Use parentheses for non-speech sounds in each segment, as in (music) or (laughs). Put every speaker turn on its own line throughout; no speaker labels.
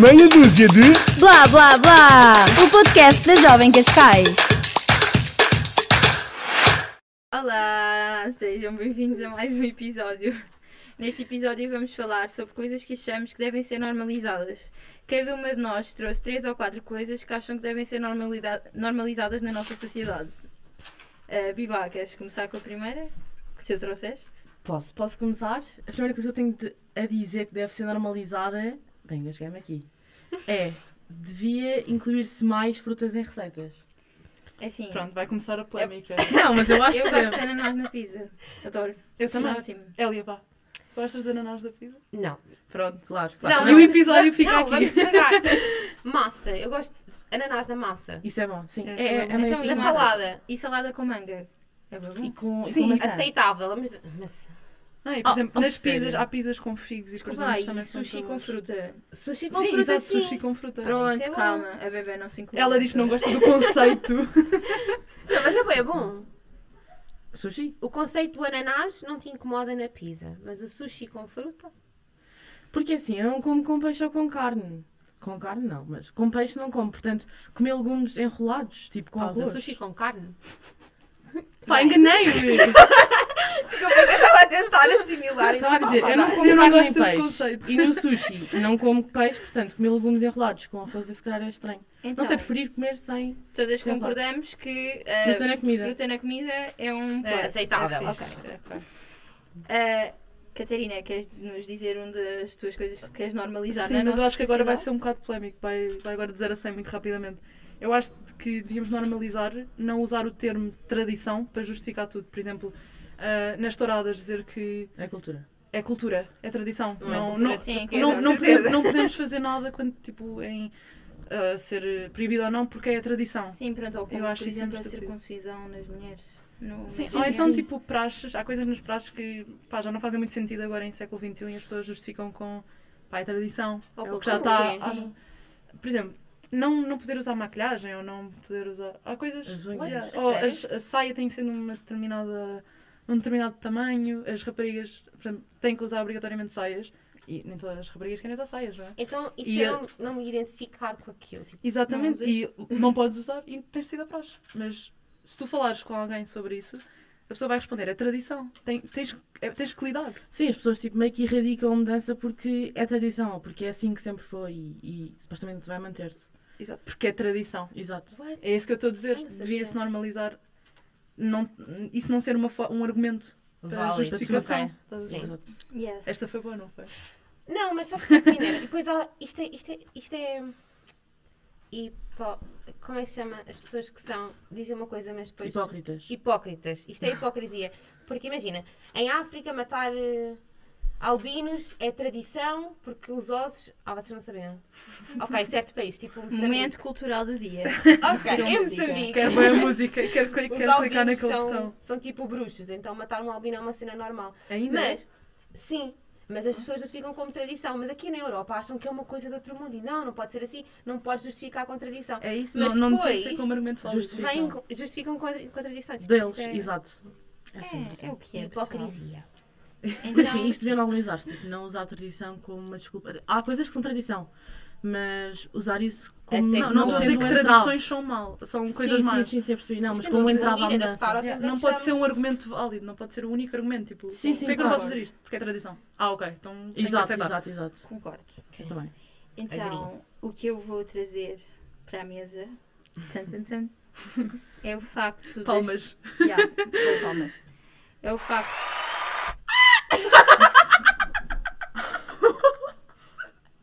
meia dúzia de.
Blá blá blá! O podcast da Jovem Cascais.
Olá, sejam bem-vindos a mais um episódio. Neste episódio vamos falar sobre coisas que achamos que devem ser normalizadas. Cada uma de nós trouxe três ou quatro coisas que acham que devem ser normalida- normalizadas na nossa sociedade. Uh, Biba, queres começar com a primeira que tu trouxeste?
Posso, posso começar? A primeira coisa que eu tenho de- a dizer que deve ser normalizada. é- Bem, engasguei-me aqui. É. Devia incluir-se mais frutas em receitas.
É assim,
Pronto, vai começar a polémica.
(laughs) Não, mas eu acho
eu
que.
gosto de ananás na pizza. Adoro.
Eu
Sim,
também.
Ótimo.
Elia, pá, gostas de ananás da pizza?
Não.
Pronto, claro. claro.
Não,
E o episódio fica
não,
aqui.
vamos
(laughs)
devagar. massa. Eu gosto de ananás na massa.
Isso é bom, sim.
É,
É, é,
sim.
é meio
Então,
assim,
E
E
mas-
massa.
salada.
E salada com manga. É bom.
E com, e com
Sim,
maçã.
Aceitável. Vamos... de- Maçã.
Não,
Ah,
e por
Oh,
exemplo,
oh,
nas
sério?
pizzas, há pizzas com figos e coisas
Lá,
mas
e
também são
sushi
tão
com
boas.
fruta.
Sushi com
Sim,
fruta,
exato,
sim.
sushi com fruta.
Pronto,
é bom.
calma, a bebê não se incomoda.
Ela diz que não gosta do conceito.
(laughs)
Não, mas é bom, é bom.
Sushi?
O conceito do ananás não te incomoda na pizza. Mas o sushi com fruta...
Porque assim, eu não como com peixe ou com carne. Com carne não, mas com peixe não como. Portanto, comer legumes enrolados, tipo com
Pausa.
arroz.
Sushi com
(laughs)
carne.
Pá, enganei-me!
Desculpa, eu estava a tentar assimilar.
Estava a dizer, eu não como
Eu
carne nem
não gosto desse
peixe.
conceito.
E no sushi, não como peixe, portanto, comer legumes enrolados com arroz, se calhar é estranho.
Então,
não sei, preferir comer sem.
Todas
Sei lá.
concordamos que ah,
Fruta na comida.
fruta na comida é um
É,
plus,
aceitável,
é fixe. Ah, Catarina, queres nos dizer uma das tuas coisas que queres normalizar
Sim,
na
mas
é nossa
eu acho que agora vai
sociedade?
ser um bocado polémico. Vai, vai agora dizer assim muito rapidamente. Eu acho que devíamos normalizar não usar o termo tradição para justificar tudo. Por exemplo, ah, nas touradas dizer que
É cultura.
é cultura, é tradição.
é
Não,
cultura,
não,
sim, que é
não, não,
certeza.
podemos, não podemos fazer nada quando, tipo, em ah, ser proibido ou não, porque é a tradição.
Sim, pronto, ou como,
Eu acho
por
isso
exemplo, a
muito estúpido.
circuncisão nas mulheres. No,
Sim,
nos
ou
mulheres.
então, tipo, praxes. Há coisas nos praxes que pá, já não fazem muito sentido agora em século XXI e as pessoas justificam com pá, é tradição.
Ou
é
com
o que já está.
cultura, sim.
há- Por exemplo, não, não poder usar maquilhagem ou não poder usar. Há coisas.
As unhas.
olha,
A
ou
sério?
as- a saia tem que ser numa determinada. num determinado tamanho. As raparigas por exemplo, têm que usar obrigatoriamente saias. E nem todas as raparigas querem usar saias, não é?
Então, e se
E
eu não- não me identificar com aquilo? Tipo,
Exatamente, e não é podes usar e tens de sair da praxe. Mas se tu falares com alguém sobre isso, a pessoa vai responder: é tradição, Tem- tens, é- tens que lidar.
Sim, as pessoas tipo, meio que erradicam a mudança porque é tradição, porque é assim que sempre foi e, e supostamente vai manter-se.
Exato, porque é tradição.
Exato.
what?
É isso que eu estou a dizer.
Sim, eu sabia.
Devia-se normalizar não, isso não ser uma fo- um argumento para
Válido.
justificação.
Ok.
Estás a ver?
Sim.
Exato.
Yes.
Esta foi boa, não foi?
Não, mas sabes o que é que me enerva? E Depois há- isto é. Isto é, isto é hipo- como é que se chama? As pessoas que são. dizem uma coisa, mas depois.
Hipócritas.
Hipócritas. Isto é hipocrisia. Porque imagina, em África matar eh, albinos é tradição porque os ossos. Ah, vocês não sabiam. Ok, certo país. Tipo, Moçambique.
Momento cultural do dia.
Ok,
Inseram
em
música.
Moçambique.
Quero (laughs) ver é a música, quero, cli-
Os
quero clicar
albinos
naquele
são,
botão.
são tipo bruxos, então matar um albino é uma cena normal.
Ainda? é?
Mas, sim, mas as pessoas justificam como tradição. Mas aqui na Europa acham que é uma coisa de outro mundo. E não, não pode ser assim. Não pode justificar com tradição.
é isso,
mas
não, não
depois-
devia ser como argumento válido.
Justifica.
Vêm, com- justificam com a, com a tradição. Tipo,
Deles,
é
exato. É assim.
É, é o que é. pessoal.
Hipocrisia.
Mas sim,
Então,
isto devia normalizar-se, tipo, não usar a tradição como uma desculpa. Há coisas que são tradição, mas usar isso como
Até
Não,
que
não estou
Não,
a dizer
sendo
que
um entrave.
tradições são mal, são coisas
sim,
más.
Sim, sim, sim, eu percebi. Não, mas
Temos
como
de
entrava à
é
unir, adaptar ao
mudança.
que
Yeah,
nós
não pode
estamos.
ser um argumento válido, não pode ser o único argumento. Tipo,
Sim, sim,
porque é que eu não posso
claro.
fazer isto? Porque é tradição. Ah, ok, então tem que
Exato,
aceitar.
exato, exato.
Concordo.
Eu também.
Então, o que eu vou trazer para a mesa tan, tan, tan, é o facto das-
Palmas.
Ya, foi palmas. É o facto.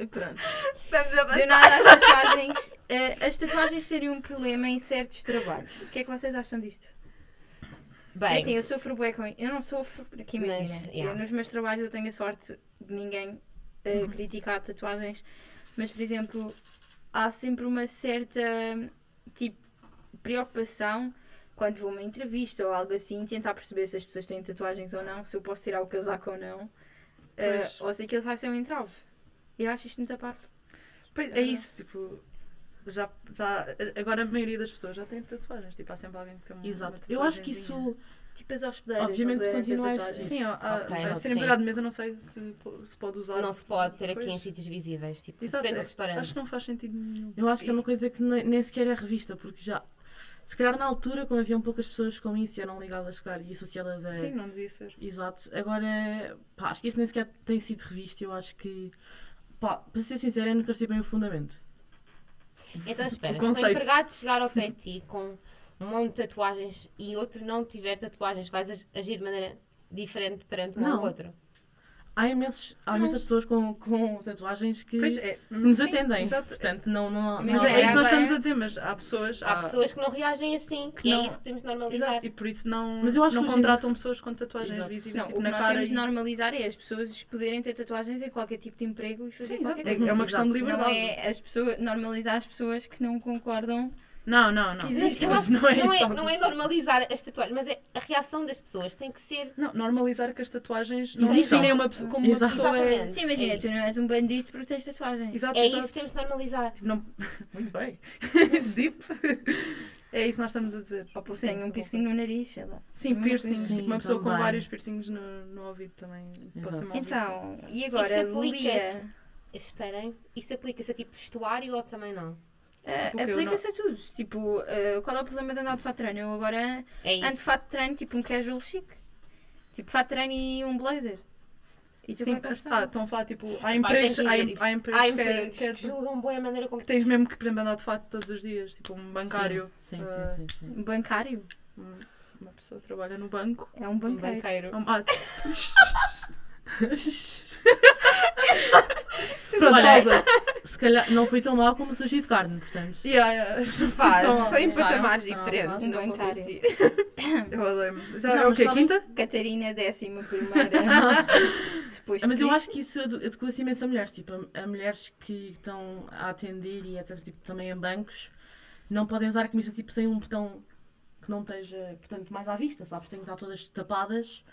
Pronto.
Estamos a
Do nada as tatuagens. eh, as tatuagens seriam um problema em certos trabalhos. O que é que vocês acham disto?
Bem,
Assim, eu sofro bué com. Eu não sofro, porque imagina.
Mas, yeah.
eu,
Uhum.
nos meus trabalhos eu tenho a sorte de ninguém eh, criticar tatuagens, mas por exemplo, há sempre uma certa tipo preocupação quando vou a uma entrevista ou algo assim, tentar perceber se as pessoas têm tatuagens ou não, se eu posso tirar o casaco ou não, eh,
Pois.
ou se aquilo vai ser um entrave. Eu acho isto muito a parvo.
Pois, É isso, tipo. Já, já, agora a maioria das pessoas já tem tatuagens. Tipo, há sempre alguém que tem uma
Exato.
uma
Eu acho que isso
Tipo as hospedeiras.
Obviamente
não poderem ter
continua a
tatuagens.
Sim, ó, a,
Ok,
a
ok,
ser
sim.
empregado de mesa não sei se, po- se pode usar.
Não se pode ter aqui
Pois.
em sítios visíveis, tipo,
Exato,
depende
é.
do restaurante.
Acho que não faz sentido nenhum.
Eu acho que é uma coisa que ne- nem sequer é revista, porque já. Se calhar na altura, como haviam poucas pessoas com isso e eram ligadas se calhar, e associadas a.
Sim, não devia ser.
Exato. Agora, pá, acho que isso nem sequer tem sido revisto. Eu acho que. Pá, para ser sincera, eu nunca sei bem o fundamento.
Então espera,
O
se o
conceito.
empregado chegar ao pé de ti com um monte de tatuagens e outro não tiver tatuagens, vais ag- agir de maneira diferente perante um ao
Não.
outro.
Há, imensos, há imensas pessoas com, com tatuagens que
Pois é.
nos
Sim,
atendem.
exato.
Portanto, não, não,
Mas
Mas
não
Agora-
é, isso que nós
agora-
estamos a dizer, mas há pessoas.
Há pessoas que não reagem assim
Ah. que
e
não-
é isso que temos de normalizar.
Exato, e por isso não,
Mas eu acho
não
que hoje em
contratam pessoas com tatuagens
Exato.
visíveis
Não, o
tipo,
que
na
nós
cara.
temos de
e isso.
normalizar é as pessoas poderem ter tatuagens em qualquer tipo de emprego e fazer
Sim, exato.
qualquer tipo
É,
coisa.
é uma questão de
Exato.
Não
liberdade.
é as pessoas, normalizar as pessoas que não concordam.
Não, não, não.
Que existe,
Mas
acho
não é
Não
isso.
é, não é normalizar as tatuagens, mas é a reação das pessoas tem que ser.
Não, normalizar que as tatuagens não
Existem.
definem uma pessoa como uma
Exato.
pessoa é.
Exatamente.
Sim, imagina,
É
tu
isso.
não és um bandido porque tens tatuagens.
Exato,
É
exato.
isso que temos de normalizar.
Tipo, não- (laughs) Muito bem. (laughs) Deep. É isso que nós estamos a dizer. Pá, pô,
Ou tenho um
sim,
piercing no nariz, sei lá.
Sim, piercings.
Sim,
tipo, uma pessoa com
também.
vários piercings no, no ouvido também. Pode
Exato.
ser mal visto.
Então, e agora,
Isso aplica-se.
Lia?
Esperem, isso aplica-se a tipo vestuário ou também não?
Ah,
Porque eu
Aplica-se a tudo. Tipo, ah, qual é o problema de andar de fato de treino? Eu agora
É
ando de
isso.
fato de treino, tipo um casual chic. Tipo, fato de treino e um blazer. E tu
Sim,
vai gostar.
ah, estão a falar, tipo, há
Pá, tem que
empregos, há,
dizer
em-
isto.
há
Há
empregos, que-
empregos
que, é-
que julgam boa a maneira como.
que tens mesmo que, por exemplo, andar de fato todos os dias. Tipo, um bancário.
Sim, sim,
ah,
sim. sim, sim.
Um bancário.
um- Uma pessoa que trabalha no banco.
É um
Um
bancário.
banqueiro.
Um- ah,
Pronto,
Olha.
pausa. Se calhar não foi tão mal como o sushi de carne, portanto.
yeah, (laughs) yeah.
Faz,
em
patamares diferentes,
não vou
(laughs)
mentir.
Eu odeio-me. Já
Não,
é o
mas
quê?
sabem-
Quinta?
Catarina, décima primeira. (laughs) Depois de
Mas eu
Cristo.
acho que isso adu- adequa-se imenso a mulheres. Tipo, a, a mulheres que estão a atender e etc. Tipo, também a bancos, não podem usar a camisa tipo, sem um botão que não esteja, portanto, mais à vista, sabes? Têm que estar todas tapadas,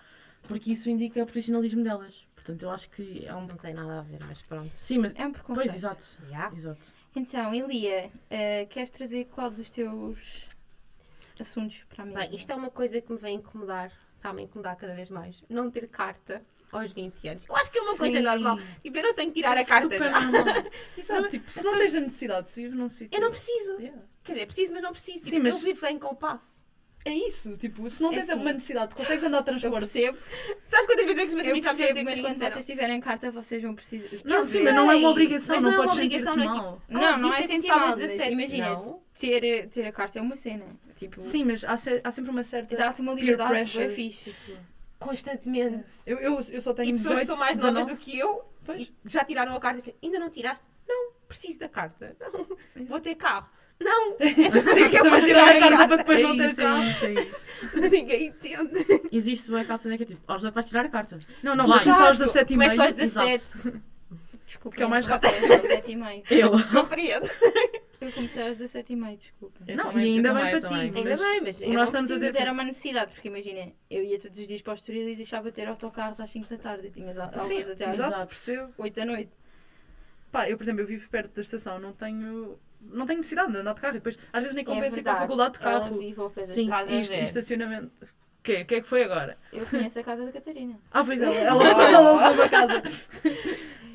porque isso indica o profissionalismo delas. Portanto, eu acho que é um.
Não tem nada a ver, mas pronto.
Sim, mas.
É um preconceito.
Pois, exato.
Já.
Exato.
Então, Elia, eh, queres trazer qual dos teus assuntos para a mesa?
Bem, isto é uma coisa que me vem incomodar, está-me a incomodar cada vez mais. Não ter carta aos 20 anos. Eu acho que é uma coisa
Sim.
normal. Tipo, eu não tenho que tirar a carta
Super
já.
normal. Exato, tipo, se não tens a necessidade de viver num sítio.
Eu não preciso.
Yeah.
Quer dizer, preciso, mas não preciso.
Sim,
Tipo,
mas-
Eu vivo bem com o passo.
É isso, tipo, se não
É
tens
assim.
uma necessidade, consegues andar de
Eu
transporte.
percebo,
Sabes quantas vezes é que os meus
eu
amigos já me
percebo,
dizem
mas
que
quando
disseram?
vocês tiverem carta, vocês vão precisar.
Não,
Eu
sim, mas não é uma
sei,
obrigação,
mas não
não,
é uma
podes sentir-te
obrigação, não é tipo-
mal.
Não, não
Ah,
é
isto
sentir
que
mal,
aos
mas
17.
imagina,
Não.
ter, ter a carta é uma cena. Tipo,
Sim, mas há, se- há sempre uma certa.
dá-te uma
peer
liberdade,
pressure.
é fixe.
Constantemente.
Eu, eu, eu só tenho
E pessoas que
18,
são mais novas
19.
do que eu
Pois.
e já tiraram a carta. Ainda não tiraste? Não, preciso da carta. (laughs) Não, vou ter carro. Não, sei que (laughs) eu vou tirar a carta.
para depois
É
não ter carro.
(laughs) Ninguém entende.
Existe bem aquela cena que é tipo, aos 18 vais tirar a carta.
Não, não,
Vai.
vai começar aos 17 e meio.
Começa aos
exato.
17.
Tipo, Desculpa,
Que é o mais
eu comecei aos 17 e meio.
Eu.
Compreendo.
Eu comecei aos 17 e meio, desculpa.
Eu
Não,
também,
e
eu
ainda
também,
bem para
também.
ti.
Ainda
Mas
bem, mas eu
nós
não
estamos
preciso.
a dizer-
Mas era uma necessidade, porque imagina, eu ia todos os dias para o Estoril e deixava ter autocarros às 5 da tarde e tinhas au-
Sim,
aulas até às
exato, percebo.
8 da noite.
Pá, eu, por exemplo, eu vivo perto da estação, não tenho. Não tenho necessidade de andar de carro e depois às vezes nem
É
compensa ir para a
verdade,
faculdade de
ela
carro.
vive ao pé da
Sim,
estação.
Estás a
E, isto- e
ver.
estacionamento. O quê? O que é que foi agora?
Eu conheço a casa da Catarina.
Ah, pois é, ela ela
um
alugou uma casa.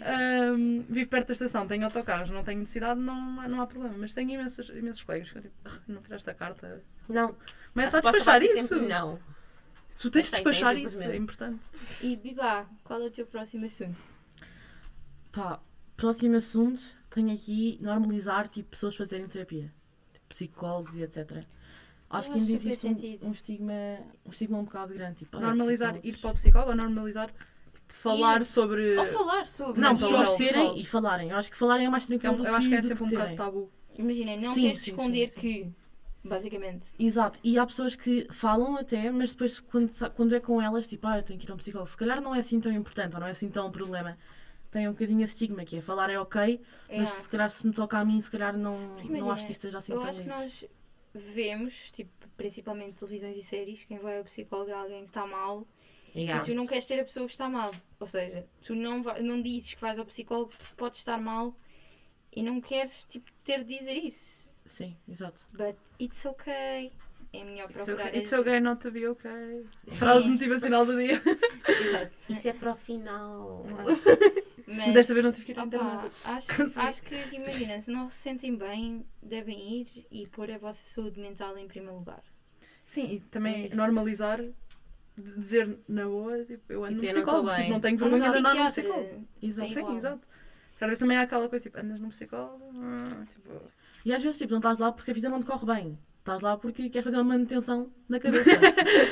Ahm, vivo perto da estação, tenho autocarros, não tenho necessidade, não, não há problema. Mas tenho imensos, imensos colegas que eu tipo, "Ah, não tiraste a carta.
Não.
Começa
resposta
a, despachar
vai ser
isso.
sempre Não.
Tu tens de
Aceita, é
despachar isso,
simplesmente.
é importante.
E Bibá, qual é o teu próximo assunto?
Pá, próximo assunto, tenho aqui normalizar tipo, pessoas fazerem terapia, Tipo, psicólogos e etc. Acho
Eu acho
que ainda
super
existe um,
sentido.
um estigma, um estigma um bocado grande. Tipo, olha,
normalizar ir
psicólogos.
para o psicólogo ou normalizar tipo, falar sobre.
Ou falar sobre.
Não,
Não,
pelo
pessoas
não,
serem
falo.
e falarem. Eu acho que falarem é mais
É
tranquilo.
um-
do
eu acho que é
do
sempre um bocado
terem.
tabu.
Imagina, não
Sim,
tens de
sim,
esconder
sim,
que, basicamente.
Exato, e há pessoas que falam até, mas depois quando, sa- quando é com elas, tipo, ah, eu tenho que ir a um psicólogo. Se calhar não é assim tão importante ou não é assim tão um problema. Tem um bocadinho esse estigma que é falar é ok,
É,
mas se calhar se me toca a mim, se calhar não,
Porque
não
imagina,
acho que isto esteja assim
eu
tão
acho que
livre.
nós vemos, tipo, principalmente televisões e séries, quem vai ao psicólogo é alguém que está mal e tu não queres ter a pessoa que está mal. Ou seja, tu não, vai- não dizes que vais ao psicólogo porque podes estar mal e não queres, tipo, ter de dizer isso.
Sim, exato.
But it's okay. é melhor
It's
procurar
okay, it's
as-
okay not to be okay. Frase motivacional do dia.
Exato.
Isso é para o final.
Mas,
Desta vez não tive que ir à
opá,
internet.
acho, acho que, imagina, se não se sentem bem, devem ir e pôr a vossa saúde mental em primeiro lugar.
Sim, e
É
também
isso.
normalizar, d- dizer na boa, tipo, eu ando
Tipo,
num
eu não tô
psicólogo,
bem.
tipo, não tenho
Vamos
vergonha
ao
de andar num
psiquiatra.
psicólogo.
Exato.
É
Sim,
igual.
exato. Às vezes também há aquela coisa, tipo, andas num psicólogo, ah, tipo...
E às vezes, tipo, não estás lá porque a vida não te corre bem. Estás lá porque queres fazer uma manutenção na
(laughs)
cabeça.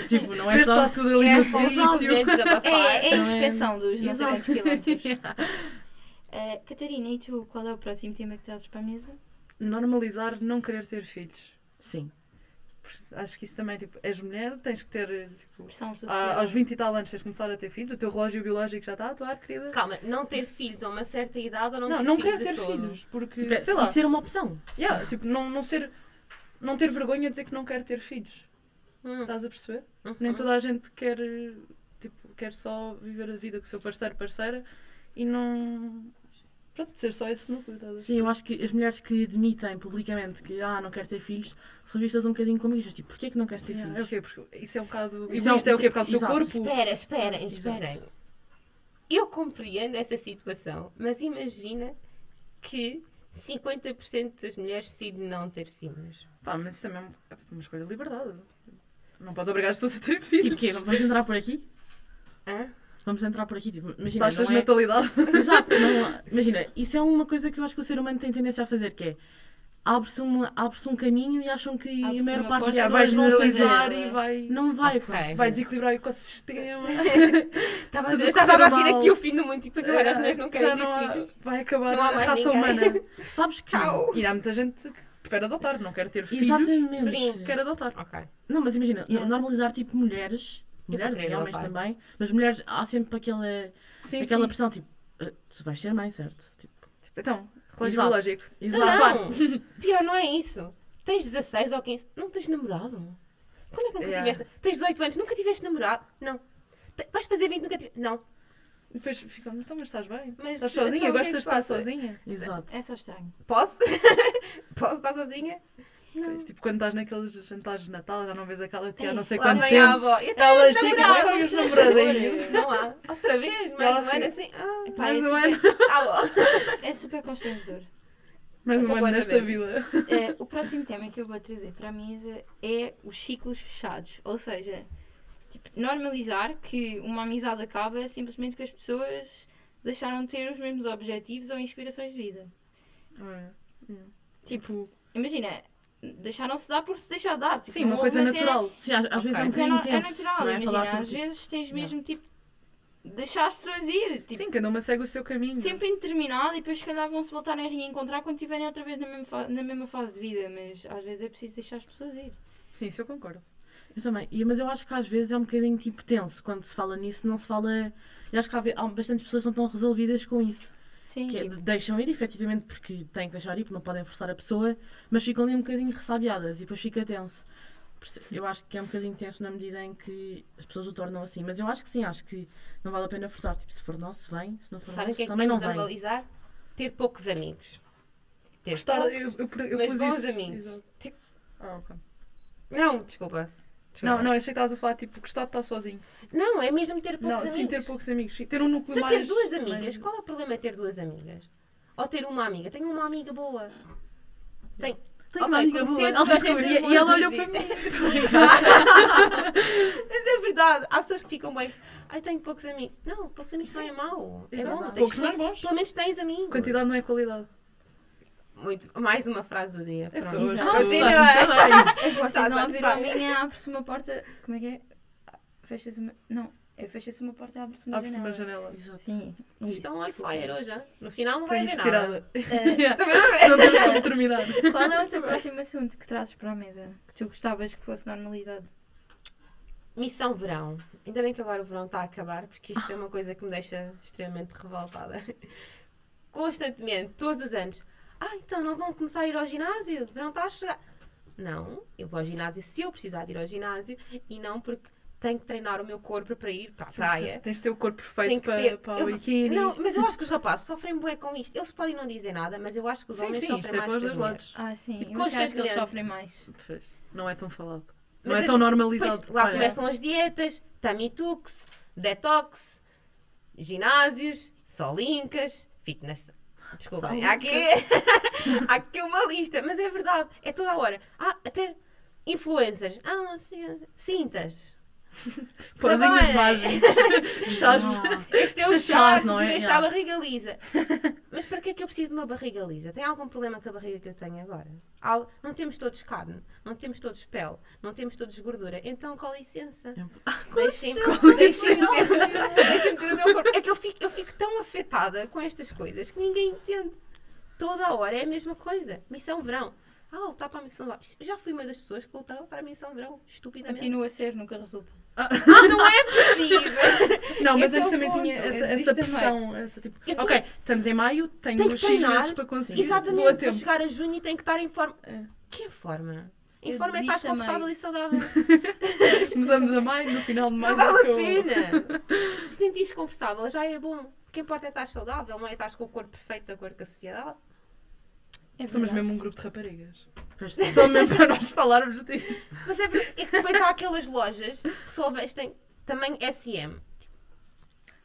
tipo, não é
Vês
só...
está tudo ali
É
no
responsável,
sítio.
gente, desabafar.
É, é a
Não é?
inspeção dos não sei
Exato.
quantos
(laughs)
(laughs)
quilómetros. Ah, Catarina, e tu, qual é o próximo tema que trazes para a mesa?
Normalizar não querer ter filhos.
Sim.
Porque Acho que isso também, tipo, és mulher, tens que ter, tipo,
Pressão social.
a- aos 20 e tal anos tens de começar a ter filhos, o teu relógio biológico já está a atuar, querida.
é. Calma, não ter filhos a uma certa idade ou não,
Não,
ter
não
filhos de
querer ter
todo?
filhos,
Hum,
porque,
Tipo, é-
sei lá,
e ser uma opção.
yeah, tipo, não, não ser... Não ter vergonha de dizer que não quer ter filhos.
Hum,
Estás a perceber?
uhum.
Nem toda a gente quer, tipo, quer só viver a vida com o seu parceiro, parceira e não. Pronto, ser só esse núcleo. estás a ver?
Sim, eu acho que as mulheres que admitem publicamente que, ah, não quero ter filhos, são vistas um bocadinho como isto. Tipo, porquê é que não queres ter
Yeah,
filhos?
é o quê? Porque isso é um bocado.
Isso é um-
Isto é o quê? Por causa do seu
exato.
corpo?
Espera, esperem,
Exato.
esperem. Eu compreendo essa situação, mas imagina que 50% das mulheres decidem não ter filhos.
Pá, mas isso também é um- é uma escolha de liberdade. Não pode obrigar as pessoas a terem
Tipo,
filhos.
quê? Vamos entrar por aqui?
Hã?
Vamos entrar por aqui, tipo, imagina,
Taxas de
não é...
natalidade.
Exato, não- imagina, isso é uma coisa que eu acho que o ser humano tem tendência a fazer, que é abre-se um, abre um caminho e acham que
Abre-se
a maior
uma
parte das
porta.
Já
Já,
pessoas
vai
vais
vão
generalizar
fazer.
e vai.
Não vai
Ok.
acontecer.
Vai desequilibrar o ecossistema.
Estava a,
Tudo
eu estava a
correu
vir
mal.
aqui o fim do mundo, tipo, agora as mulheres não
Já
querem
não
ter
há-
filhos.
Vai acabar
Não há
a
mais
raça
ninguém.
humana.
Sabes que...
Tchau.
E há muita gente que prefere adotar, não quer ter filhos.
Exatamente.
Sim.
mas Quer adotar.
Ok.
Não, mas imagina,
Yes.
normalizar tipo mulheres,
Eu
mulheres
compreendo,
e homens
opa.
também, mas mulheres há sempre aquela,
Sim,
aquela
sim.
pressão tipo, "Ah, tu vais ser mãe, certo? Tipo,
Então, relógio
Exato.
biológico.
exato.
Não, (laughs) pior não é isso. Tens 16 ou 15, não tens namorado. Como é que nunca
Yeah.
tiveste? Tens 18 anos, nunca tiveste namorado? Não. Te- Vais fazer 20, nunca tiveste? Não.
Depois ficam, então, mas estás bem?
Mas,
estás sozinha?
então, o que é
Gostas
que
de
se
estar
passa?
sozinha?
Exato.
É só estranho.
Posso? (laughs) Posso estar sozinha?
Pois, tipo, quando estás naqueles jantares de Natal, já não vês aquela tia há não sei
Lá
quanto
vem a
tempo.
avó. E até
Ela
os
chega,
namorados,
lá vem os
meus
namoradinhos.
amores. (laughs) Não há. Outra vez, mais
Ela
um ano
fica-
assim. Ah,
Pá, é,
Mais um ano.
super,
avó.
é super
(laughs)
constrangedor.
Mais um ano nesta
Completamente.
vida.
Eh, o próximo tema que eu vou trazer para a mesa é os ciclos fechados. Ou seja, tipo, normalizar que uma amizade acaba simplesmente que as pessoas deixaram de ter os mesmos objetivos ou inspirações de vida.
é?
É.
Tipo, imagina, deixaram-se dar por se deixar dar. Tipo,
Sim, uma
não
coisa
houve cena-
natural.
Sim, às, às vezes é um
Tipo, é,
bocadinho
no- é
intenso.
natural,
não é? Falar
um
imagina.
sobre
Às
tipo,
vezes tens mesmo, tipo, deixar as pessoas ir. Tipo,
Sim, cada uma segue o seu caminho.
tempo indeterminado e depois se calhar vão se voltarem a reencontrar quando estiverem outra vez na mesma, fa- na mesma fase de vida, mas às vezes é preciso deixar as pessoas ir.
Sim, isso eu concordo.
Eu também, E- mas eu acho que às vezes é um bocadinho tipo tenso quando se fala nisso, não se fala. Eu acho que há, há bastantes pessoas que não estão resolvidas com isso.
Sim,
Que é,
tipo,
deixam ir, efetivamente, porque têm que deixar ir, porque não podem forçar a pessoa, mas ficam ali um bocadinho ressabiadas e depois fica tenso. Perce- Eu acho que é um bocadinho tenso na medida em que as pessoas o tornam assim, mas eu acho que sim, acho que não vale a pena forçar. Tipo, se for nosso, vem, se não for
Sabem o
nosso,
que é que
também não
temos
vem.
de normalizar? Ter poucos amigos. Ter
Gostar,
poucos,
eu, eu, eu
mas
pus
bons
isso.
amigos.
Exato.
Tipo-
Ah, ok.
Não, desculpa.
Não,
Desculpa.
não, achei que estavas a falar, tipo, gostar de estar sozinho.
Não, é mesmo ter poucos
não,
amigos.
sim, ter poucos amigos. Sim, ter um núcleo
Se eu
mais...
ter duas amigas,
mais-
qual é o problema de ter duas amigas? Ou ter uma amiga? Tenho uma amiga boa. Tenho.
Tenho
Ok,
uma amiga
como
boa,
sempre,
ela
toda a
descobriu,
gente tem
e ela
boas
olhou para mim.
(laughs) Mas é verdade, há pessoas que ficam bem. Ai, tenho poucos amigos. Não, poucos amigos não é mau. É
Exato.
bom, tens
Poucos,
que-
mas bons.
Pelo menos tens amigos.
Quantidade não é qualidade.
Muito. Mais uma frase do dia.
É
Pronto.
tudo.
Exato.
Tudo.
Continua.
é que vocês
Tá,
não
tá,
ouviram
tá.
a minha, abre-se uma porta. Como é que é? Fecha-se uma. Não, é fecha-se uma porta, abre-se uma
Abre-se uma
janela.
janela.
Sim, isso.
Estão é um on fire hoje, hein? No final não
Estou
vai haver nada.
inspirada.
(laughs) Eh,
Não é temos como terminar.
qual é o teu próximo assunto que trazes para a mesa? Que tu gostavas que fosse normalizado?
Missão verão. Ainda bem que agora o verão está a acabar, porque isto é uma coisa que me deixa extremamente revoltada. (laughs) Constantemente, todos os anos. Ah, então não vão começar a ir ao ginásio? O verão está a chegar. Não, eu vou ao ginásio se eu precisar de ir ao ginásio e não porque tenho que treinar o meu corpo para ir para a praia.
Tens de ter o corpo
Tenho
perfeito
que
para,
ter-
para
eu-
o biquíni.
Não, mas eu acho que os rapazes sofrem bué com isto. Eles podem não dizer nada, mas eu acho que os
sim,
homens
sim, isto
sofrem
é
mais
para os
que
dois
as mulheres.
lados.
Ah, sim,
Tipo,
eu acho que eles
constantemente.
sofrem mais.
Não é tão falado. Não
Mas
é tão
as-
normalizado.
Pois, lá
Olha,
começam as dietas, tummy tucks, detox, ginásios, solincas, fitness. Desculpem, há aqui, (laughs) há aqui uma lista, mas é verdade, é toda a hora. Ah, até influencers. Ah, sim, cintas.
Pozinhas
Trabalhem.
é.
(laughs)
mágicas. Chás.
(laughs) Este é o chá
Chás,
que
não
me
é?
deixa a
Yeah.
barriga lisa. Mas para que é que eu preciso de uma barriga lisa? Tem algum problema com a barriga que eu tenho agora? Al- Não temos todos carne, não temos todos pele, não temos todos gordura. Então, com licença.
(laughs) Ah,
Deixem-me deixem ter, deixem ter o meu corpo. É que eu fico, eu fico tão afetada com estas coisas que ninguém entende. Toda a hora é a mesma coisa. Missão verão. Ah, lutar para a missão verão. Já fui uma das pessoas que lutava para a missão verão. Estupidamente.
Continua a ser, nunca resulta.
Ah, não é possível.
Não, mas
Esse é
antes
o
também tinha
ponto.
essa,
Existe
essa
também.
pressão. Essa tipo,
Eu
ok, estamos em maio, tenho
Tenho que
uns X meses
treinar.
para conseguir. Vou a
Exatamente. Para
tempo.
chegar a junho e tenho que estar em forma. Que forma? É. Em
Eu
forma é estar
desisto também.
confortável e (laughs) saudável.
Começamos a maio, no final de um maio.
Não vale
já
a
com-
pena. Se te sentires confortável, já é bom. O que importa é estar saudável, não é estás com o corpo perfeito de acordo com a sociedade.
É
Somos
verdade.
mesmo um grupo de raparigas.
Pois sim.
Só mesmo para nós falarmos disto.
Mas é verdade. E depois há aquelas lojas que só vestem também SM.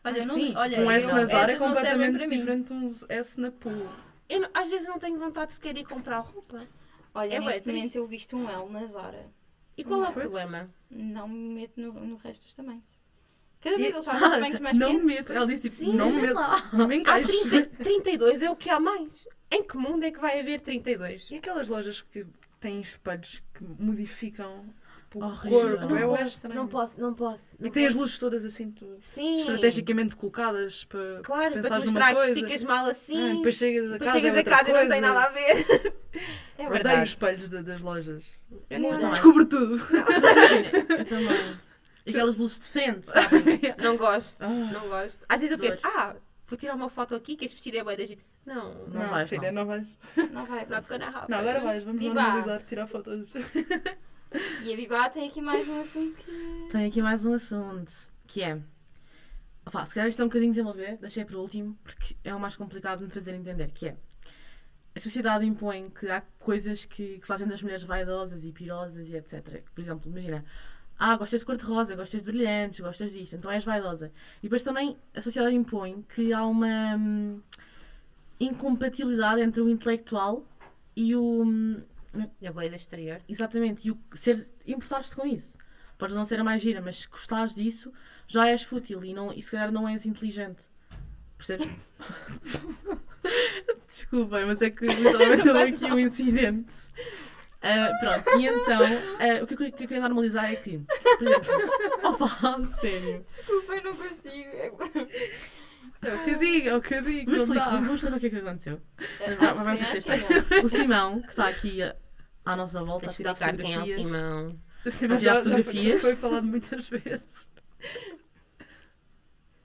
Olha, eu não,
Sim,
olha,
um S
eu,
na Zara é
essas não servem
completamente
para mim.
diferente de um S na Pool.
Eu não- às vezes não tenho vontade sequer de ir comprar roupa.
Olha,
É bué
neste
triste.
momento eu visto um L na Zara.
E qual é o
Pois.
problema?
Não me meto no, no resto dos também. Cada
E-
vez eles fazem os bancos mais
não
pequenos.
me meto. Ela disse tipo,
Sim,
não me
olha
meto. Não me
Há
encaixo.
30, 32 é o que há mais. Em que mundo é que vai haver 32?
E aquelas lojas que têm espelhos que modificam tipo, o é?
Horrível.
corpo?
Não
eu
posso,
acho estranho.
não posso, não posso.
E
não
tem as
posso.
luzes todas assim, tu-
Sim.
estrategicamente colocadas para
Claro, para
pensares
te
numa
mostrar que
coisa.
ficas mal assim.
Ah, e depois chegas a
Depois
casa,
chegas
é
a
outra
casa e não tem
coisa.
nada a ver.
É
verdade.
os espelhos da- das lojas.
Eu não,
Muda.
Descubro tudo.
Eu também. Aquelas luzes de frente, sabem?
(laughs) não gosto,
Ah.
não gosto. Às vezes eu
Dor.
penso, ah, vou tirar uma foto aqui que este vestido é bué da gente. Não,
Não vais,
filha, não, vais.
Não vai
not
acontecer.
gonna happen.
Não, agora vais. Vamos
Viva.
normalizar, tirar fotos.
E a Bibá tem aqui mais um assunto que...
Tenho aqui mais um assunto, que é. Opa, se calhar isto é um bocadinho desenvolver, deixei para o último, porque é o mais complicado de me fazer entender, que é. A sociedade impõe que há coisas que, que fazem das mulheres vaidosas e pirosas e etc. Por exemplo, imagina, ah, gostas de cor-de-rosa, gostas de brilhantes, gostas disto, então és vaidosa. E depois também a sociedade impõe que há uma hum, incompatibilidade entre o intelectual e o, hum,
E a beleza exterior.
Exatamente, e o ser, importares-te com isso. Podes não ser a mais gira, mas se gostares disso, já és fútil e, não, e se calhar não és inteligente.
(laughs)
Percebes? Desculpem, mas é que literalmente houve aqui um incidente. Ah, pronto, e então, ah, o que eu, que eu queria normalizar é que, por
(laughs)
exemplo, opa, sério.
Desculpa, eu não consigo.
É o que eu digo, é o que eu digo.
Vamos
não
explicar,
dá.
vamos explicar o que é que aconteceu.
(laughs) Acho
vai
que sim,
para
acho que não.
O Simão, que está aqui ah, à nossa volta, a
Tens de
tirar
explicar quem é o
fotografias.
Simão.
Sim, mas
Havia
já, já foi,
fotografias.
foi falado muitas vezes.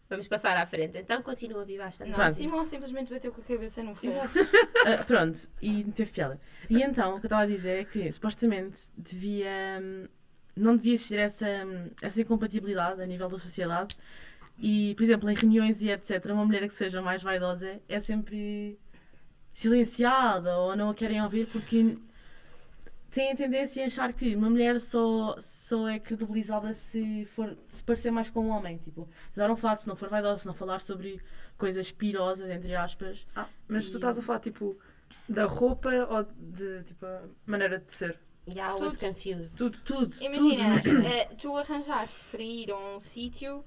Vamos passar à frente. Então continua viva esta (laughs)
Não,
Pronto.
Simão simplesmente bateu com a cabeça num ferro.
Ah, pronto, e teve piada. E então, o que eu estava a dizer é que supostamente devia. hum, Não devia existir essa, hum, essa incompatibilidade a nível da sociedade. E, por exemplo, em reuniões e etc., uma mulher que seja mais vaidosa é sempre silenciada ou não a querem ouvir porque têm a tendência a achar que uma mulher só, só é credibilizada se, for, se parecer mais com um homem. Tipo, se não falar, se não for vaidosa, se não falar sobre coisas pirosas, entre aspas.
Ah, mas tu estás a falar, tipo, da roupa ou de, tipo, a maneira de ser?
E há always confused.
Tudo, tudo.
Imagina,
tudo.
eh, tu arranjaste para ir a um sítio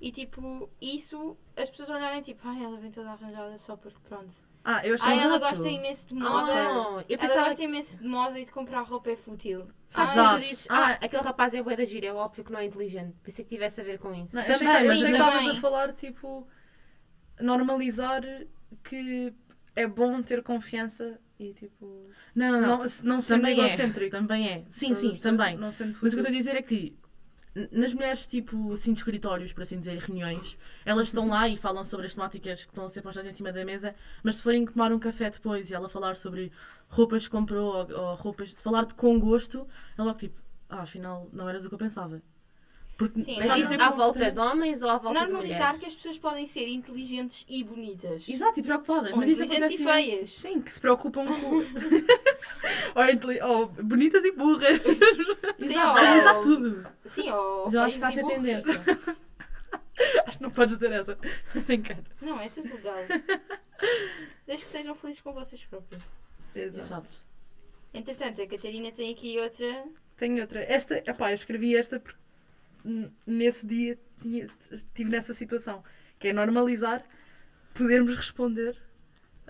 e tipo, isso, as pessoas olharem tipo, ai, ela vem toda arranjada só porque pronto.
Ah, eu
Ai,
achei...
ela
exato.
gosta imenso de moda.
Não, Ah, eu
Ela
pensava
gosta imenso de moda e de comprar roupa é fútil.
Sabes
Ah,
quando
exato.
tu dizes, ah, aquele rapaz é bué da gira, é óbvio que não é inteligente. Pensei que tivesse a ver com isso.
Não, eu achei que- assim.
Também,
eu
mas
achei que
também.
estavas a falar, tipo, normalizar que é bom ter confiança e, tipo...
Não, não, não.
Não, se- não sendo
também é.
egocêntrico.
Também é. Sim,
Estás a
sim,
perceber?
também.
Não sendo
Mas o que eu
fútil.
estou a dizer é que n- nas mulheres, tipo, assim, de escritórios, por assim dizer, reuniões, elas estão lá e falam sobre as temáticas que estão a ser postas em cima da mesa, mas se forem tomar um café depois e ela falar sobre roupas que comprou ou, ou roupas, de falar de com gosto, é logo tipo, ah, afinal, não eras o que eu pensava. Porque
Sim,
deixa de
mas
ser
à
por-
volta de homens ou à volta de
Normalizar
mulheres?
que as pessoas podem ser inteligentes e bonitas.
Exato, e preocupadas.
Ou
mas isso
inteligentes
acontece
e
imenso.
feias.
Sim, que se preocupam com. (laughs) ou, intele- ou bonitas e burras.
Sim,
Exato,
ou-
normalizar tudo.
Sim, ou
Mas eu acho que
feios
está a
e
ser
burros.
tendência.
Acho que não podes dizer essa. (laughs) Brincar.
Não, é tudo legal.
(laughs)
Desde que sejam felizes com vocês próprios.
Exato.
Entretanto, a Catarina tem aqui outra.
Tenho outra. Esta, epá, eu escrevi esta porque n- nesse dia tinha, estive nessa situação, que é normalizar podermos responder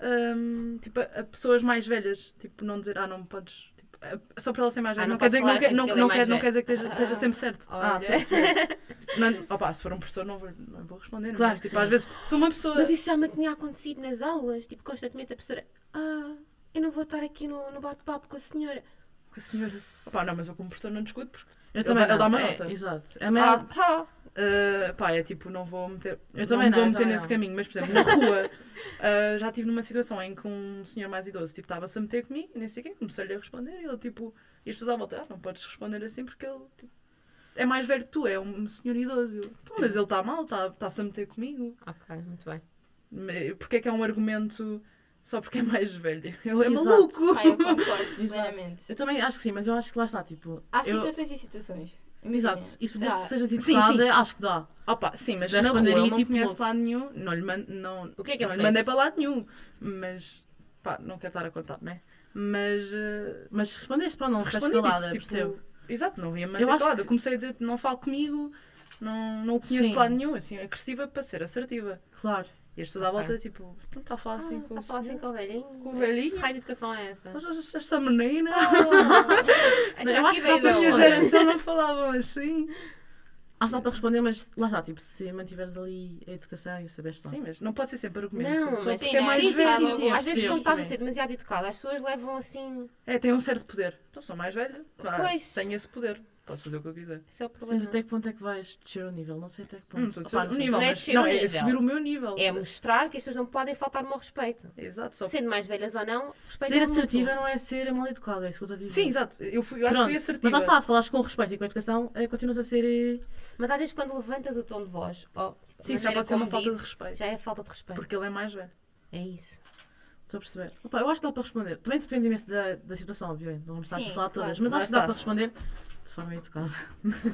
hum, tipo, a, a pessoas mais velhas. Tipo, não dizer, ah, não me podes. tipo, a- só para ela ser mais
Ah,
velha.
não
não, quer
podes
dizer, não,
falar
quer,
assim
não,
porque ele é
não,
mais
quer, não
velho.
quer dizer que esteja, esteja sempre certo. Ah,
Olha.
estou a perceber. (laughs) não, opá, se for um professor, não vou, não vou responder. não
Claro
mas,
que
tipo,
sim.
às vezes, se uma pessoa.
Mas isso já me tinha acontecido nas aulas, tipo, constantemente a professora, ah, eu não vou estar aqui no, no bate-papo com a senhora.
com a senhora. Opá, não, mas eu como professor não discuto porque.
Eu também
Ele
não.
dá uma
é,
nota.
Exato. É melhor...
Ah,
Uh, pá, é tipo, não vou meter.
Eu também não, então é.
vou
eu
meter
também
nesse
não.
caminho, mas por exemplo,
(laughs)
na rua uh, já estive numa situação em que um senhor mais idoso tipo, estava-se a meter comigo e nem sei quem, comecei-lhe a responder e ele tipo, e as pessoas à volta, ah, não podes responder assim porque ele tipo, é mais velho que tu, é um senhor idoso. Eu, "Então, mas ele está mal, está- está-se a meter comigo.
ok, muito bem.
Me- Porque é que é um argumento só porque é mais velho? (laughs) Ele é
Exato.
maluco.
Ah, eu concordo
(laughs) Exato.
plenamente.
Eu também acho que sim, mas eu acho que lá está, tipo...
Há
eu...
situações e situações.
Exato.
Imagina,
Isso
sei
desde
lá,
que sejas
sim.
educada, acho que dá.
Opa, sim, mas
Já
na rua
responderia,
ele não
tipo,
conhece
louco.
lado nenhum, não lhe mando, não,
O que é que ele
não lhe
fez?
mandei para lado nenhum, mas pá, não quero estar a contar, né? Mas eh,
Mas se respondeste, pronto, não ficaste
respondi
calada,
disse,
percebo.
tipo, exato, não ia
Eu
mandar
acho
calada.
que-
Comecei a dizer, não fale comigo, não, não o conheço
Sim.
de lado nenhum, assim, agressiva para ser assertiva.
Claro.
E as pessoas à
Ok.
volta, tipo, não está a falar assim com
ah,
o
a falar assim
senhor?
com o velhinho.
Com o velhinho?
Que raio de educação é essa?
Mas esta- Esta menina,
Ah, (laughs) Esta
eu acho que
aqui
não
veio da
a minha
foi
onde?
geração não falavam assim.
Acho que dá para responder, mas lá está, tipo, se mantiveres ali a educação e saberes lá.
Sim, mas não pode ser sempre argumento.
Não,
só
mas
porque é
não,
mais
sim, sim,
velho.
sim,
sim,
sim,
eu
Às vezes,
percebo
quando estás a
também.
ser demasiado educada, as pessoas levam assim.
É, tem um certo poder. Então sou mais velha. Claro,
Pois.
Tenho esse poder. Posso fazer o que eu quiser.
Esse é o
Sim, mas
problema.
até que ponto é que vais descer o nível? Não sei até que ponto.
Não estou a
Opa,
descer
não
Hum, o
sei.
nível,
Não é descer
mas não,
o
é
nível.
subir o meu nível.
É mostrar que as pessoas não podem faltar-me ao respeito.
Exato, só. Sim,
Sendo mais velhas ou não, respeito
Ser assertiva não é ser mal educada, é isso que eu estou a dizer.
exato. Eu, fui, eu acho que fui assertiva.
Mas lá está, se falares com respeito e com educação, eh, continuas a ser. eh,
Mas às vezes, quando levantas o tom de voz, oh, ou
Sim, isso já pode ser uma falta de
respeito.
respeito.
Já é falta de respeito.
Porque ele é mais velho.
É isso.
Estou a perceber. Opa, eu acho que dá para responder. Também depende imenso da, da situação, obviamente. Não vamos estar aqui
Sim,
a falar
claro.
todas, mas
Lá
acho que dá
está.
para responder de forma educada.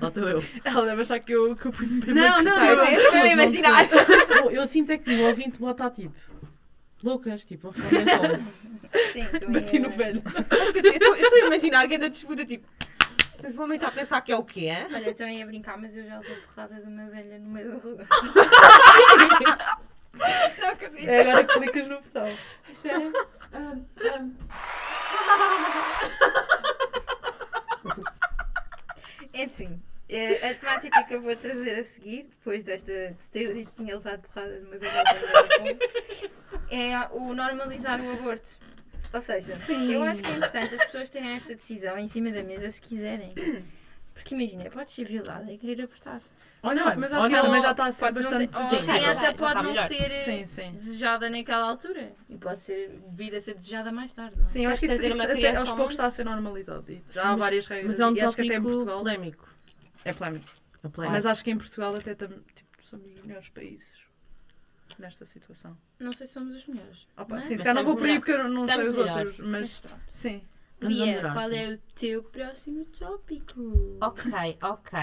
Lá estou (laughs) eu.
(laughs) Ela deve achar que eu, que eu ponho bem
Não,
uma
não,
questão.
eu- eu-
estou a imaginar.
eu, eu sinto é que o ouvinte bota tipo. Loucas, tipo, vou responder como? (laughs)
Sim, também
Bati no
é.
velho.
Eu estou- eu estou a imaginar que é da disputa, tipo. Mas vou aumentar a pensar que é o quê? é?
Olha, então ia brincar, mas eu já dou porrada de uma velha no meio da rua.
É agora que clicas no botão.
Enfim, É eh, a temática que eu vou trazer a seguir, depois desta de ter dito que tinha levado porrada de uma velha no meio da rua, é o normalizar o aborto. Ou seja, eu acho que é importante as pessoas terem esta decisão em cima da mesa se quiserem. Porque imagina, podes ser violada e querer abortar.
(laughs) Olha,
bem,
mas acho
olha,
que ela também
ou-
já está a ser
Podes não ter-
bastante.
ou
Sim,
a
já está.
criança
já está
pode não
melhor.
ser eh,
Sim, sim.
desejada naquela altura e pode ser, vir a ser desejada mais tarde. Não é?
Sim, eu acho que
Queres
isso,
trazer
isso
uma
até
criança
aos
ao
poucos
mundo?
está a ser normalizado. e Já
Sim,
há
mas-
várias regras.
Mas é um
e acho que até em
tópico
Portugal.
polémico.
É polémico.
A polémica.
Mas acho que em Portugal até tam- tipo, somos os melhores países nesta situação.
Não sei se somos os melhores.
Opa,
Mas-
sim, se calhar não vou por aí porque eu não
Estamos
sei os
melhor.
outros,
Mas
mas
pronto.
sim.
Estamos a
Lia,
melhorar,
qual
sim.
é o teu próximo tópico?
Ok, ok.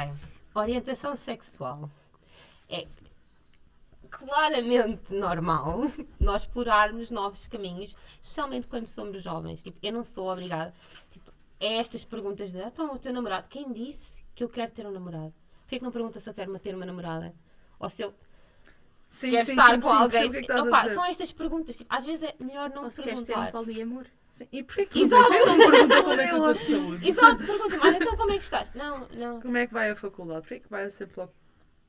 Orientação sexual. É claramente normal nós explorarmos novos caminhos, especialmente quando somos jovens. Tipo, eu não sou obrigada tipo, a estas perguntas de então o teu namorado, quem disse que eu quero ter um namorado? Por que não pergunta se eu quero ter uma namorada? Ou se eu
Sim,
quero
sim,
estar
sim,
com
sim,
alguém?
percebo o que é que estás a
Opa,
dizer.
são estas perguntas. Tipo, às vezes é melhor não
Ou se queres ter
perguntar.
um poliamor?
Sim, E porquê que perguntas? Porquê que não perguntam como é que eu estou de saúde?
Exato, pergunta, mas então como é que estás? Não, não.
Como é que vai a faculdade? Porquê que vai sempre logo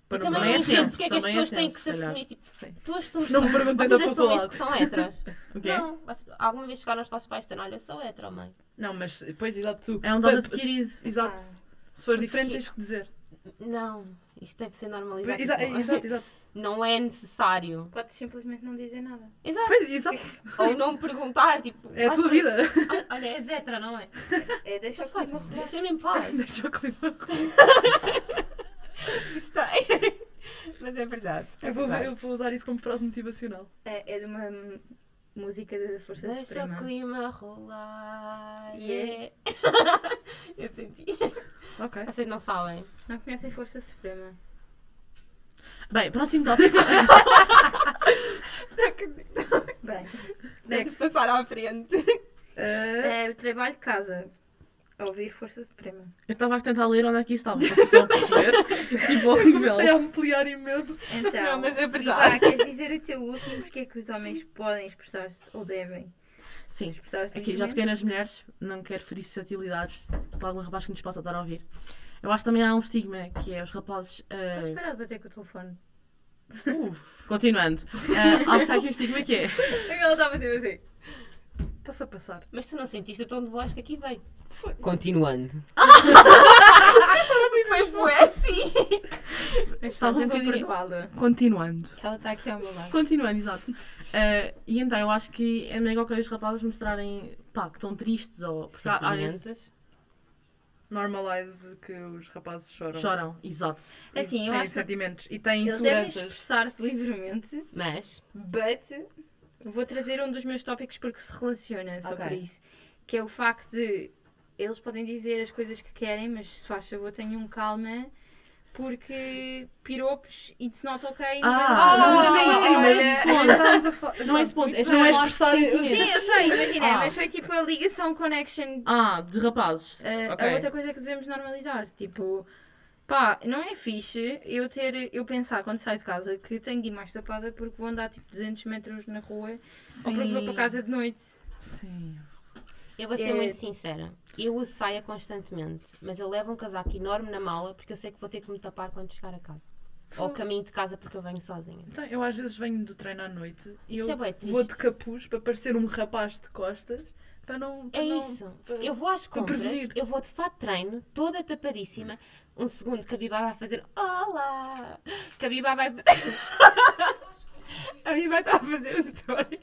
E
para
também
é
não
não
assim.
entendo
tenso,
porque é que as
também é
pessoas têm
tenso,
que
se
se
calhar.
assumir. Tipo,
Sim.
tu assumes
Não me perguntei
vocês
da
assumem
faculdade.
que são
(laughs)
héteros.
O quê?
Não, vocês- alguma vez chegaram aos vossos pais e disseram, olha, eu sou hétero, mãe.
Não, mas depois, exato, tu.
É um dado adquirido.
Exato.
Ah.
Se fores diferente, tens que dizer.
Não, isso deve ser normalizado.
Exa-
Tipo,
Exato, exato.
Não é necessário.
Podes simplesmente não dizer nada.
Exato.
Pois, exato.
Ou não perguntar, tipo...
É a
vais-
tua vida.
Olha, Olha, és hétero, não é?
É, deixa o clima rolar.
um
Deixa-me em paz.
Deixa o clima.
(laughs) Gostei. Mas é verdade. é
Eu (laughs) vou, ver-
verdade.
eu vou usar isso como frase motivacional.
É, é de uma hum, música da Força
Deixa o
Suprema.
clima rolar.
Yeah.
(laughs) eu senti.
é? Ok.
Vocês não sabem.
Não conhecem Força Suprema.
Bem, é, (laughs) próximo tópico.
Bem,
Temos que passar à frente. (laughs)
Eh,
é, trabalho de casa. Ouvir Força Suprema.
Eu estava a tentar ler onde é que isso estava. Vocês estão a (laughs) perceber? tipo, a
comecei
novela.
a ampliar imenso.
Então,
Não, mas é
Ivá,
verdade.
queres dizer o teu último? Porque é que os homens podem expressar-se ou devem
Sim.
expressar-se
Aqui, já toquei nas mulheres, não quero ferir suscetilidades para algum rapaz que nos possa estar a ouvir. Eu acho que também há um estigma, que é os rapazes... ah,
Estás parado de bater com o telefone.
continuando. Ah, acho que há aqui um estigma que é...
Ela estava tipo assim.
Está-se a passar.
Mas tu não sentiste o tom de voz que aqui veio. (laughs) Continuando. Mas foi assim.
Mas
Estava
pronto,
um
eu vou
bocadinho-
perdoá-la.
Continuando.
Que ela está aqui ao meu lado.
Continuando, exato. Ah, e então, eu acho que é mega ok os rapazes mostrarem, pá, que estão tristes ou... Porque há- há esse-
Normalize que os rapazes choram.
Choram, exato.
E
Assim, eu
têm
acho que
sentimentos e têm
eles devem
inseguranças.
expressar-se livremente,
Mas,
but vou trazer um dos meus tópicos porque se relaciona só
Ok.
por isso. Que é o facto de eles podem dizer as coisas que querem, mas se faz favor, tenham calma. Porque piropos, it's not okay. não é
Ah,
normal.
não, sim, sim, mas
olha,
esse ponto-
estávamos a falar-
Não é esse
Exato,
ponto,
muito
é
bem.
não é expressar...
Sim, eu sei, imagina,
Ah.
mas foi tipo a ligação connection.
Ah, de rapazes.
Uh,
Ok.
A outra coisa que devemos normalizar, tipo, pá, não é fixe eu ter, eu pensar quando saio de casa que tenho de ir mais tapada porque vou andar tipo 200 metros na rua ou porque vou para casa de noite.
Sim.
eu vou ser
É.
muito sincera. Eu uso saia constantemente, mas eu levo um casaco enorme na mala porque eu sei que vou ter que me tapar quando chegar a casa.
Hum.
Ou caminho de casa porque eu venho sozinha.
Então, eu às vezes venho do treino à noite e
Isso
eu
é bué triste.
vou de capuz para parecer um rapaz de costas para não. para
É
Então
não-
isso.
para-
Eu vou às
para
compras,
prevenir.
eu vou de fato de treino, toda tapadíssima. Um segundo que a Biba vai fazer Olá! Que a Biba vai fazer. (laughs) a Biba está a fazer um tutorial.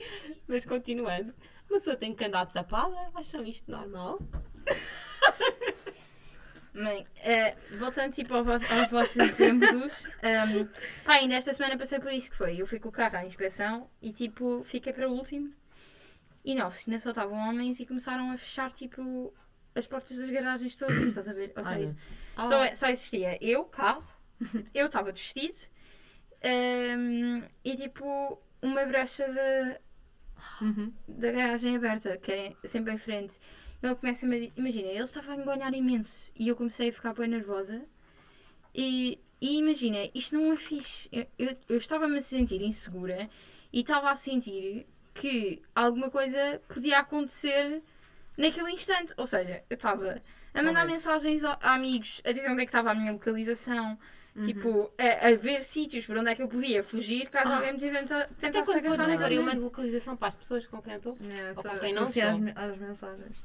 Mas continuando, uma pessoa tem que andar tapada. Acham isto normal?
Bem, uh, voltando tipo ao vos- aos vossos exemplos, um, pá, ainda esta semana passei por isso que foi. Eu fui com o carro à inspeção e tipo, fiquei para o último. E na oficina só estavam homens e começaram a fechar tipo as portas das garagens todas, estás a ver? Ou seja,
Ah,
Só, é- só existia eu, carro, eu estava de vestido hum, e tipo uma brecha da,
Uhum.
da garagem aberta, que é sempre em frente. Ele começa a me Imagina, ele estava a enganar imenso e eu comecei a ficar bem nervosa. E, e imagina, isto não é fixe. Eu, eu, eu estava-me a sentir insegura e estava a sentir que alguma coisa podia acontecer naquele instante. Ou seja, eu estava a mandar
Ok.
mensagens a, a amigos, a dizer onde é que estava a minha localização,
Uhum.
tipo, a, a ver sítios para onde é que eu podia fugir caso alguém me tenta-
Até
tentasse
quando
agarrar
vou de
naquele
Agora eu
momento.
mando localização para as pessoas com quem eu estou.
É,
Ou
tô-
com quem
tô
não
assim às
sou.
me- às mensagens.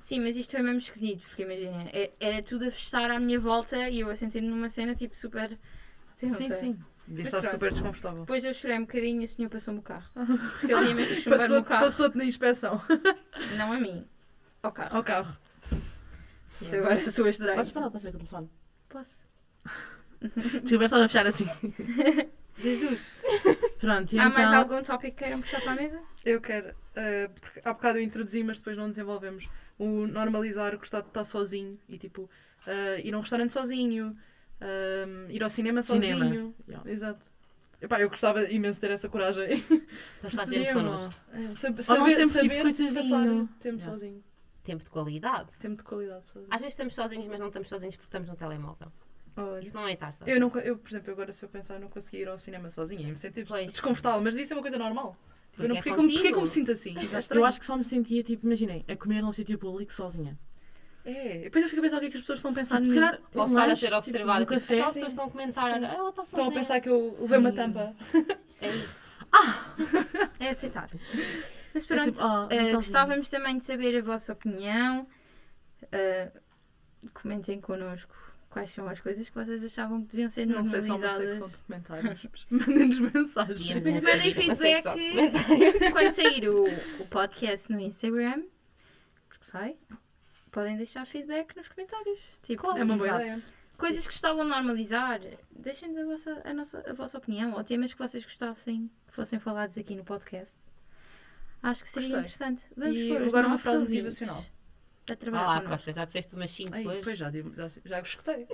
Sim, mas isto é mesmo esquisito, porque imagina, é- era tudo a fechar à minha volta e eu a sentir-me numa cena tipo super. tensa.
Sim, sim. Devia estar
pronto.
super desconfortável.
Depois eu chorei um bocadinho e o senhor passou-me o
(laughs)
carro. Porque ele ia mesmo chumbar
Passou-
o carro,
Passou-te na inspeção.
não a mim. Ao carro.
(laughs) Ao carro.
Isto agora sou estranho.
Podes parar para ver com o telefone? (laughs)
Posso.
Desculpa, eu estava a fechar assim.
(laughs) Jesus.
Pronto, e
Há
então...
mais algum tópico que queiram puxar para a mesa?
Eu quero. ah, porque há bocado eu introduzi, mas depois não desenvolvemos. O normalizar, gostar de estar sozinho e tipo. ah, ir a um restaurante sozinho, ah, ir ao cinema sozinho.
Cinema. Yeah.
Exato. Epá, eu gostava imenso de ter essa coragem.
Passar tempo connosco.
Saber,
Ou não sempre,
saber,
tipo,
saber
coitadinho.
passar tempo
Yeah.
sozinho.
Tempo de qualidade.
Tempo de qualidade sozinho.
Às vezes estamos sozinhos, mas não estamos sozinhos porque estamos no telemóvel.
Olha.
Isso não é estar sozinho.
Eu, não, co- eu, por exemplo, agora se eu pensar, eu não consegui ir ao cinema sozinha e me sentir
Pois.
desconfortável, mas devia ser uma coisa normal.
Porque
Eu não,
é
porque, como, porque
contigo.
como me sinto assim? É
Eu
estranho.
acho que só me sentia, tipo, imaginei, a comer num sítio público sozinha.
É, depois eu fico a pensar o que é que as pessoas estão a pensar.
Tipo,
em
se
mim.
calhar,
Ou
um
estar a
lanche,
ser
tipo,
observada.
um
Tipo,
café.
as pessoas estão a comentar. "Ah,
Sim.
Ela está
Estão
sozinha.
a pensar que eu levei uma tampa.
É
(laughs)
isso.
É aceitável. Mas
Eu,
É
pronto,
tipo, ah,
eh,
um
sozinha.
gostávamos também de saber a vossa opinião. Eh, comentem connosco quais são as coisas que vocês achavam que deviam ser
Não sei se há uma secção
normalizadas.
de comentários. mas Mandem-nos
(laughs)
Mas
mensagens.
Mas mandem
é
é
feedback
(laughs)
quando sair o, o podcast no Instagram, porque sai, podem deixar feedback nos comentários. Tipo,
É uma boa
Exato.
ideia.
Coisas que gostavam de normalizar. Deixem-nos a vossa, a, nossa, a vossa opinião ou temas que vocês gostassem que fossem falados aqui no podcast. Acho que seria
Gostei.
interessante. Vamos
E
pôr os
agora uma
nossos
frase
ouvintes
motivacional.
A trabalhar
Olá,
connosco.
Ah, Costa, já disseste umas 5
Ai,
hoje.
pois já, digo- já, já (laughs) gostei.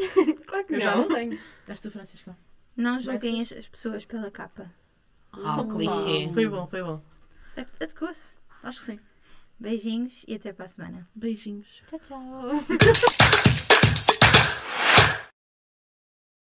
Claro
Eu já não tenho.
És tu, Francisco?
Não julguem as, as pessoas pela capa.
Ah, o clichê.
Foi bom, foi bom.
A- Adequou-se.
Acho que sim.
Beijinhos e até para a semana.
Beijinhos.
Tchau, tchau.